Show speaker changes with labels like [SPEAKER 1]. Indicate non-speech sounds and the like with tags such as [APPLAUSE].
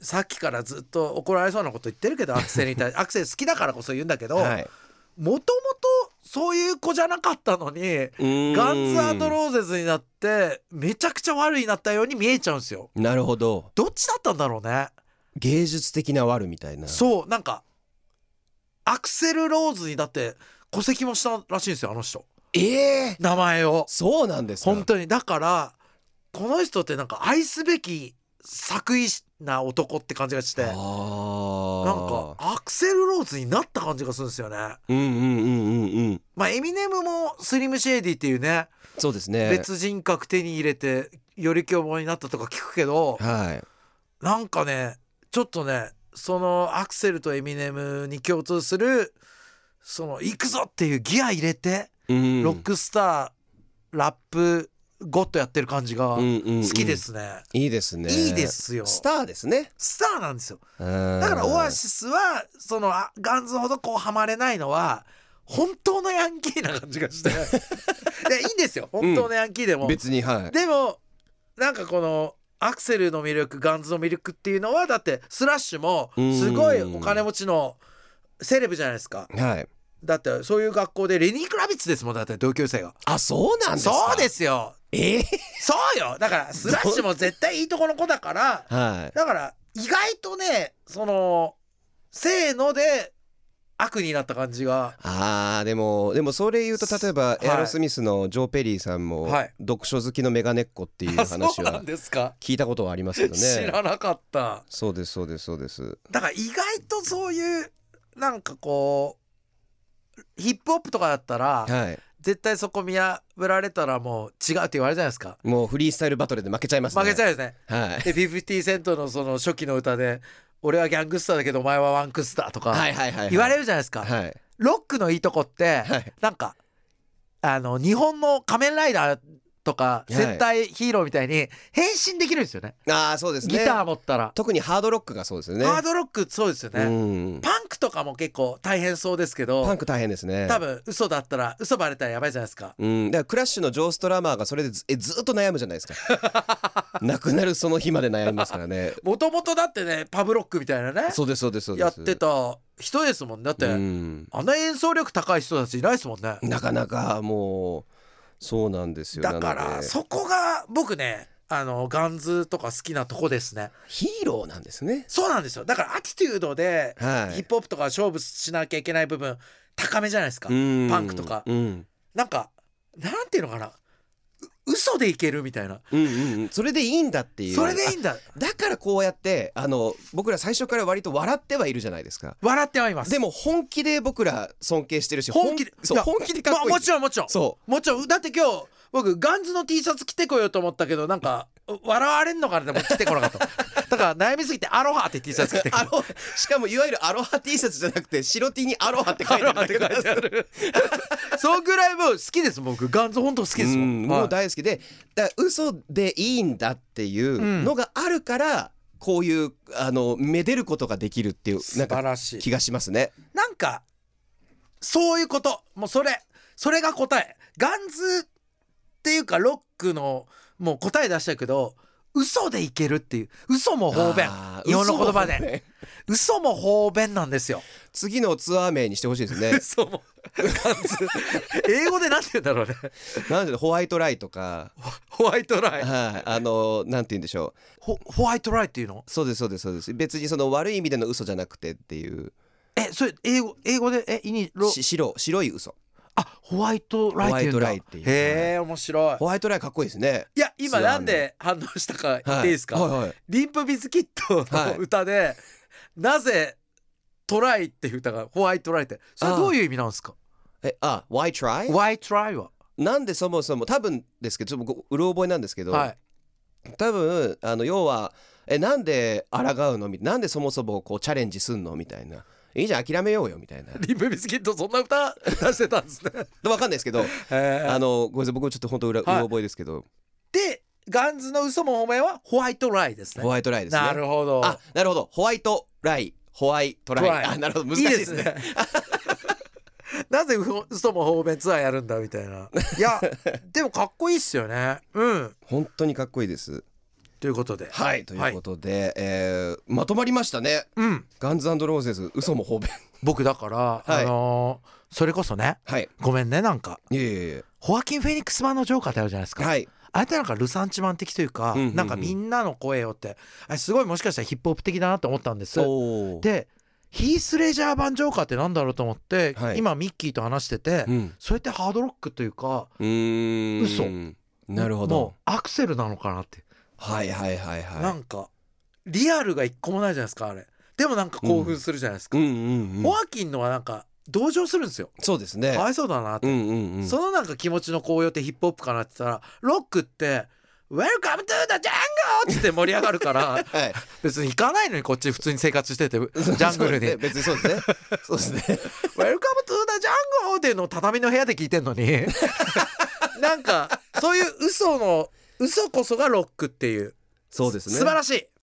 [SPEAKER 1] さっきからずっと怒られそうなこと言っ
[SPEAKER 2] [LAUGHS]
[SPEAKER 1] てるけどアクセルに対してアクセル好きだからこそ言うんだけども
[SPEAKER 2] はい
[SPEAKER 1] ともとそういう子じゃなかったのに
[SPEAKER 2] うーん
[SPEAKER 1] ガンズアンドローゼズになってめちゃくちゃ悪になったように見えちゃうんですよ
[SPEAKER 2] なるほど
[SPEAKER 1] どっちだったんだろうね
[SPEAKER 2] 芸術的な悪みたいな
[SPEAKER 1] そうなんかアクセル・ローズにだって戸籍もしたらしいんですよあの人
[SPEAKER 2] ええ
[SPEAKER 1] 名前を
[SPEAKER 2] そうなんですか
[SPEAKER 1] 本当にだからこの人ってなんか愛すべき作為な男って感じがしてなん
[SPEAKER 2] あ
[SPEAKER 1] か
[SPEAKER 2] あ
[SPEAKER 1] アクセル・ローズになった感じがするんですよね
[SPEAKER 2] うんうんうんうんうん
[SPEAKER 1] まあエミネムもスリム・シェーディっていうね
[SPEAKER 2] そうですね
[SPEAKER 1] 別人格手に入れてより凶暴になったとか聞くけど
[SPEAKER 2] はい
[SPEAKER 1] なんかねちょっとねそのアクセルとエミネムに共通するその行くぞっていうギア入れて、
[SPEAKER 2] うん
[SPEAKER 1] ロックスターラップゴッドやってる感じが好
[SPEAKER 2] 好
[SPEAKER 1] きですね、
[SPEAKER 2] いいですね
[SPEAKER 1] いいですよ
[SPEAKER 2] ス
[SPEAKER 1] ス
[SPEAKER 2] タ
[SPEAKER 1] タ
[SPEAKER 2] ーですね
[SPEAKER 1] ーなんですよ
[SPEAKER 2] だ
[SPEAKER 1] だからオアシスはそのあガンズほどこうハマれないのは本当のヤンキーな感じがし
[SPEAKER 2] [LAUGHS]
[SPEAKER 1] ていやいいんですよ本当のヤンキーでも、
[SPEAKER 2] 別にはい
[SPEAKER 1] でもなんかこのアクセルの魅力ガンズの魅力っていうのはだってスラッシュもすごいお金持ちのセレブじゃないですか
[SPEAKER 2] はい
[SPEAKER 1] だってそういう学校でレニー・クラビッツですもんだって同級生が
[SPEAKER 2] あそうなんですか
[SPEAKER 1] そうですすよ
[SPEAKER 2] ええ
[SPEAKER 1] そうよだからスラッシュも絶対いいとこの子だから
[SPEAKER 2] はい
[SPEAKER 1] だから意外とねそのせーので悪になった感じが
[SPEAKER 2] あーでもでもそれ言うと例えば
[SPEAKER 1] はい
[SPEAKER 2] エアロスミスのジョー・ペリーさんも
[SPEAKER 1] はい
[SPEAKER 2] 読書好きのメガネっ子っていう
[SPEAKER 1] あそ
[SPEAKER 2] 話
[SPEAKER 1] うな
[SPEAKER 2] は
[SPEAKER 1] んですか、
[SPEAKER 2] 聞いたことはありますけどね
[SPEAKER 1] 知らなかった
[SPEAKER 2] そうですそうですそうです
[SPEAKER 1] だから意外とそういうなんかこうヒップホップとかだったら
[SPEAKER 2] はい
[SPEAKER 1] 絶対そこ見破られたらもう違うって言われるじゃないですか
[SPEAKER 2] もうフリースタイルバトルで負けちゃいますね
[SPEAKER 1] 負けちゃうよね
[SPEAKER 2] はい
[SPEAKER 1] で50セントのその初期の歌で「俺はギャングスターだけどお前はワンクスター」と
[SPEAKER 2] は
[SPEAKER 1] か
[SPEAKER 2] いはいはいはい
[SPEAKER 1] 言われるじゃないですか
[SPEAKER 2] はい
[SPEAKER 1] ロックのいいとこって
[SPEAKER 2] はい
[SPEAKER 1] なんかあの日本の仮面ライダーとか
[SPEAKER 2] い
[SPEAKER 1] 戦隊ヒーローみたいに変身できるんですよね
[SPEAKER 2] ああそうです
[SPEAKER 1] ギ
[SPEAKER 2] ね
[SPEAKER 1] ター持ったら
[SPEAKER 2] 特にハードロックがそうですよね
[SPEAKER 1] ハードロックそうですよね
[SPEAKER 2] うん
[SPEAKER 1] パンクとかも結構大変そうですけど
[SPEAKER 2] パンク大変ですね
[SPEAKER 1] 多分嘘だったら嘘バレたらやばいじゃないですか
[SPEAKER 2] うん、だからクラッシュのジョーストラマーがそれでずえずっと悩むじゃないですか
[SPEAKER 1] [LAUGHS]
[SPEAKER 2] 亡くなるその日まで悩みますからね
[SPEAKER 1] もともとだってねパブロックみたいなね
[SPEAKER 2] そうですそうですそうで
[SPEAKER 1] やっ
[SPEAKER 2] す
[SPEAKER 1] てた人ですもんねだって、
[SPEAKER 2] うん、
[SPEAKER 1] あんな演奏力高い人たちいないですもんね
[SPEAKER 2] なかなかもうそうなんですよ
[SPEAKER 1] だか
[SPEAKER 2] なの
[SPEAKER 1] ら
[SPEAKER 2] で
[SPEAKER 1] そこが僕ねあのガンズとか好きなとこですね
[SPEAKER 2] ヒーローなんですね
[SPEAKER 1] そうなんですよだからアティテュードで
[SPEAKER 2] はい
[SPEAKER 1] ヒップホップとか勝負しなきゃいけない部分高めじゃないですか、
[SPEAKER 2] うん
[SPEAKER 1] パンクとか
[SPEAKER 2] うん
[SPEAKER 1] なんかなんていうのかなう嘘でいけるみたいな
[SPEAKER 2] うんうんうんそれでいいんだっていう
[SPEAKER 1] それでいいんだ
[SPEAKER 2] だからこうやってあの僕ら最初から割と笑ってはいるじゃないですか
[SPEAKER 1] 笑ってはいます
[SPEAKER 2] でも本気で僕ら尊敬してるし
[SPEAKER 1] 本気で
[SPEAKER 2] そう
[SPEAKER 1] いや
[SPEAKER 2] 本気でかっこいい、
[SPEAKER 1] まあもちろんもちろん
[SPEAKER 2] そ
[SPEAKER 1] もちろんだって今日僕ガンズの T シャツ着てこようと思ったけどなんか笑われんのかなでも着てこなかった
[SPEAKER 2] [LAUGHS]
[SPEAKER 1] だから悩みすぎてアロハって T シャツ着て
[SPEAKER 2] うあのしかもいわゆるアロハ T シャツじゃなくて白 T にアロハって書いてあるだけなんですよ [LAUGHS]
[SPEAKER 1] そうぐらいもう好きです僕ガンズ本当好きですもん
[SPEAKER 2] うん
[SPEAKER 1] はい
[SPEAKER 2] もう大好きでだから嘘でいいんだっていうのがあるから、こういうあのめでることができるっていうな
[SPEAKER 1] 素
[SPEAKER 2] んか
[SPEAKER 1] 晴らしい
[SPEAKER 2] 気がしますね。
[SPEAKER 1] なんかそういうこともうそれそれが答えガンズっていうかロックのもう答え出したけど嘘でいけるっていう嘘も方便
[SPEAKER 2] あー
[SPEAKER 1] いろんな言葉で
[SPEAKER 2] 嘘もね
[SPEAKER 1] 嘘も方便なんですよ。
[SPEAKER 2] 次のツアー名にしてほしいですね
[SPEAKER 1] 嘘もガンズ英語でなんて言うんだろうね
[SPEAKER 2] なんでホワイトライとか、
[SPEAKER 1] ホワイトライン
[SPEAKER 2] はい、あのなんて言うんでしょう。
[SPEAKER 1] ホホワイトライっていうの
[SPEAKER 2] そうですそうですそうです。別にその悪い意味での嘘じゃなくてっていう
[SPEAKER 1] えそれ英語英語でえイニロ
[SPEAKER 2] し白白い嘘。
[SPEAKER 1] あホワイトライっていうんだ
[SPEAKER 2] ホワイトライっていう
[SPEAKER 1] へえ面白い
[SPEAKER 2] ホワイトライかっこいいですね。
[SPEAKER 1] いや今なんで反応したか言っていいですか、
[SPEAKER 2] はいはいはい
[SPEAKER 1] リンプビズキットの歌で、なぜトライっていう歌がホワイトライってそれどういう意味なんですか
[SPEAKER 2] えあ Why try?
[SPEAKER 1] ワイトライは
[SPEAKER 2] なんでそもそも多分ですけどちょっと僕うろ覚えなんですけど。
[SPEAKER 1] はい
[SPEAKER 2] 多分あの要はえなんで抗うのみなんでそもそもこうチャレンジすんのみたいないいじゃん諦めようよみたい
[SPEAKER 1] [LAUGHS]
[SPEAKER 2] な
[SPEAKER 1] リンプビズキットそんな歌出してたんですね
[SPEAKER 2] わかんないですけど
[SPEAKER 1] へー
[SPEAKER 2] あのごめんなさい僕ちょっと本当裏、う
[SPEAKER 1] はい
[SPEAKER 2] ろ覚えですけど
[SPEAKER 1] でガンズの嘘も褒めはホワイトライですね
[SPEAKER 2] ホワイトライですね
[SPEAKER 1] なるほど
[SPEAKER 2] あなるほどホワイトライホワイトライ
[SPEAKER 1] トライ
[SPEAKER 2] あなるほど難しいですね
[SPEAKER 1] いいですね [LAUGHS] なぜ嘘も方便ツアーやるんだみたいないやでもかっこいいっすよねうん
[SPEAKER 2] 本当にかっこいいです
[SPEAKER 1] ということで、
[SPEAKER 2] はいということで、えーまとまりましたね
[SPEAKER 1] うん
[SPEAKER 2] ガンズローゼズ嘘も方便
[SPEAKER 1] 僕だから、
[SPEAKER 2] い
[SPEAKER 1] あのーそれこそね
[SPEAKER 2] [LAUGHS] はい
[SPEAKER 1] ごめんねなんか
[SPEAKER 2] いえいえいえ
[SPEAKER 1] ホアキン・フェニックス版のジョーカーってあるじゃないですか、
[SPEAKER 2] はい
[SPEAKER 1] あれってなんかルサンチマン的というか、
[SPEAKER 2] うんうんうん
[SPEAKER 1] なんかみんなの声をってあれすごいもしかしたらヒップホップ的だなと思ったんです
[SPEAKER 2] そう
[SPEAKER 1] でヒース・レジャー版ジョーカーってなんだろうと思って、
[SPEAKER 2] はい
[SPEAKER 1] 今ミッキーと話してて、
[SPEAKER 2] うん
[SPEAKER 1] それってハードロックというか
[SPEAKER 2] うーん
[SPEAKER 1] 嘘
[SPEAKER 2] なるほ
[SPEAKER 1] も
[SPEAKER 2] ど
[SPEAKER 1] うアクセルなのかなって、
[SPEAKER 2] はいはいはいはい
[SPEAKER 1] なんかリアルが一個もないじゃないですかあれでもなんか興奮するじゃないですか、
[SPEAKER 2] うんうんうん
[SPEAKER 1] ホアキンのはなんか同情するんですよ
[SPEAKER 2] そうですね
[SPEAKER 1] かわいそうだなって
[SPEAKER 2] うんうんうん
[SPEAKER 1] そのなんか気持ちの高揚ってヒップホップかなって言ったらロックって「Welcome to the jungle!」っつって盛り上がるから [LAUGHS]
[SPEAKER 2] はい
[SPEAKER 1] 別に行かないのにこっち普通に生活しててジャング [LAUGHS] ルに
[SPEAKER 2] そうですね別にそうですねそうです
[SPEAKER 1] [LAUGHS]
[SPEAKER 2] ね
[SPEAKER 1] 「Welcome to the jungle!」っていうのを畳の部屋で聞いてんのに [LAUGHS] なんかそういう嘘の嘘こそがロックっていう
[SPEAKER 2] そうですね
[SPEAKER 1] 素晴らしい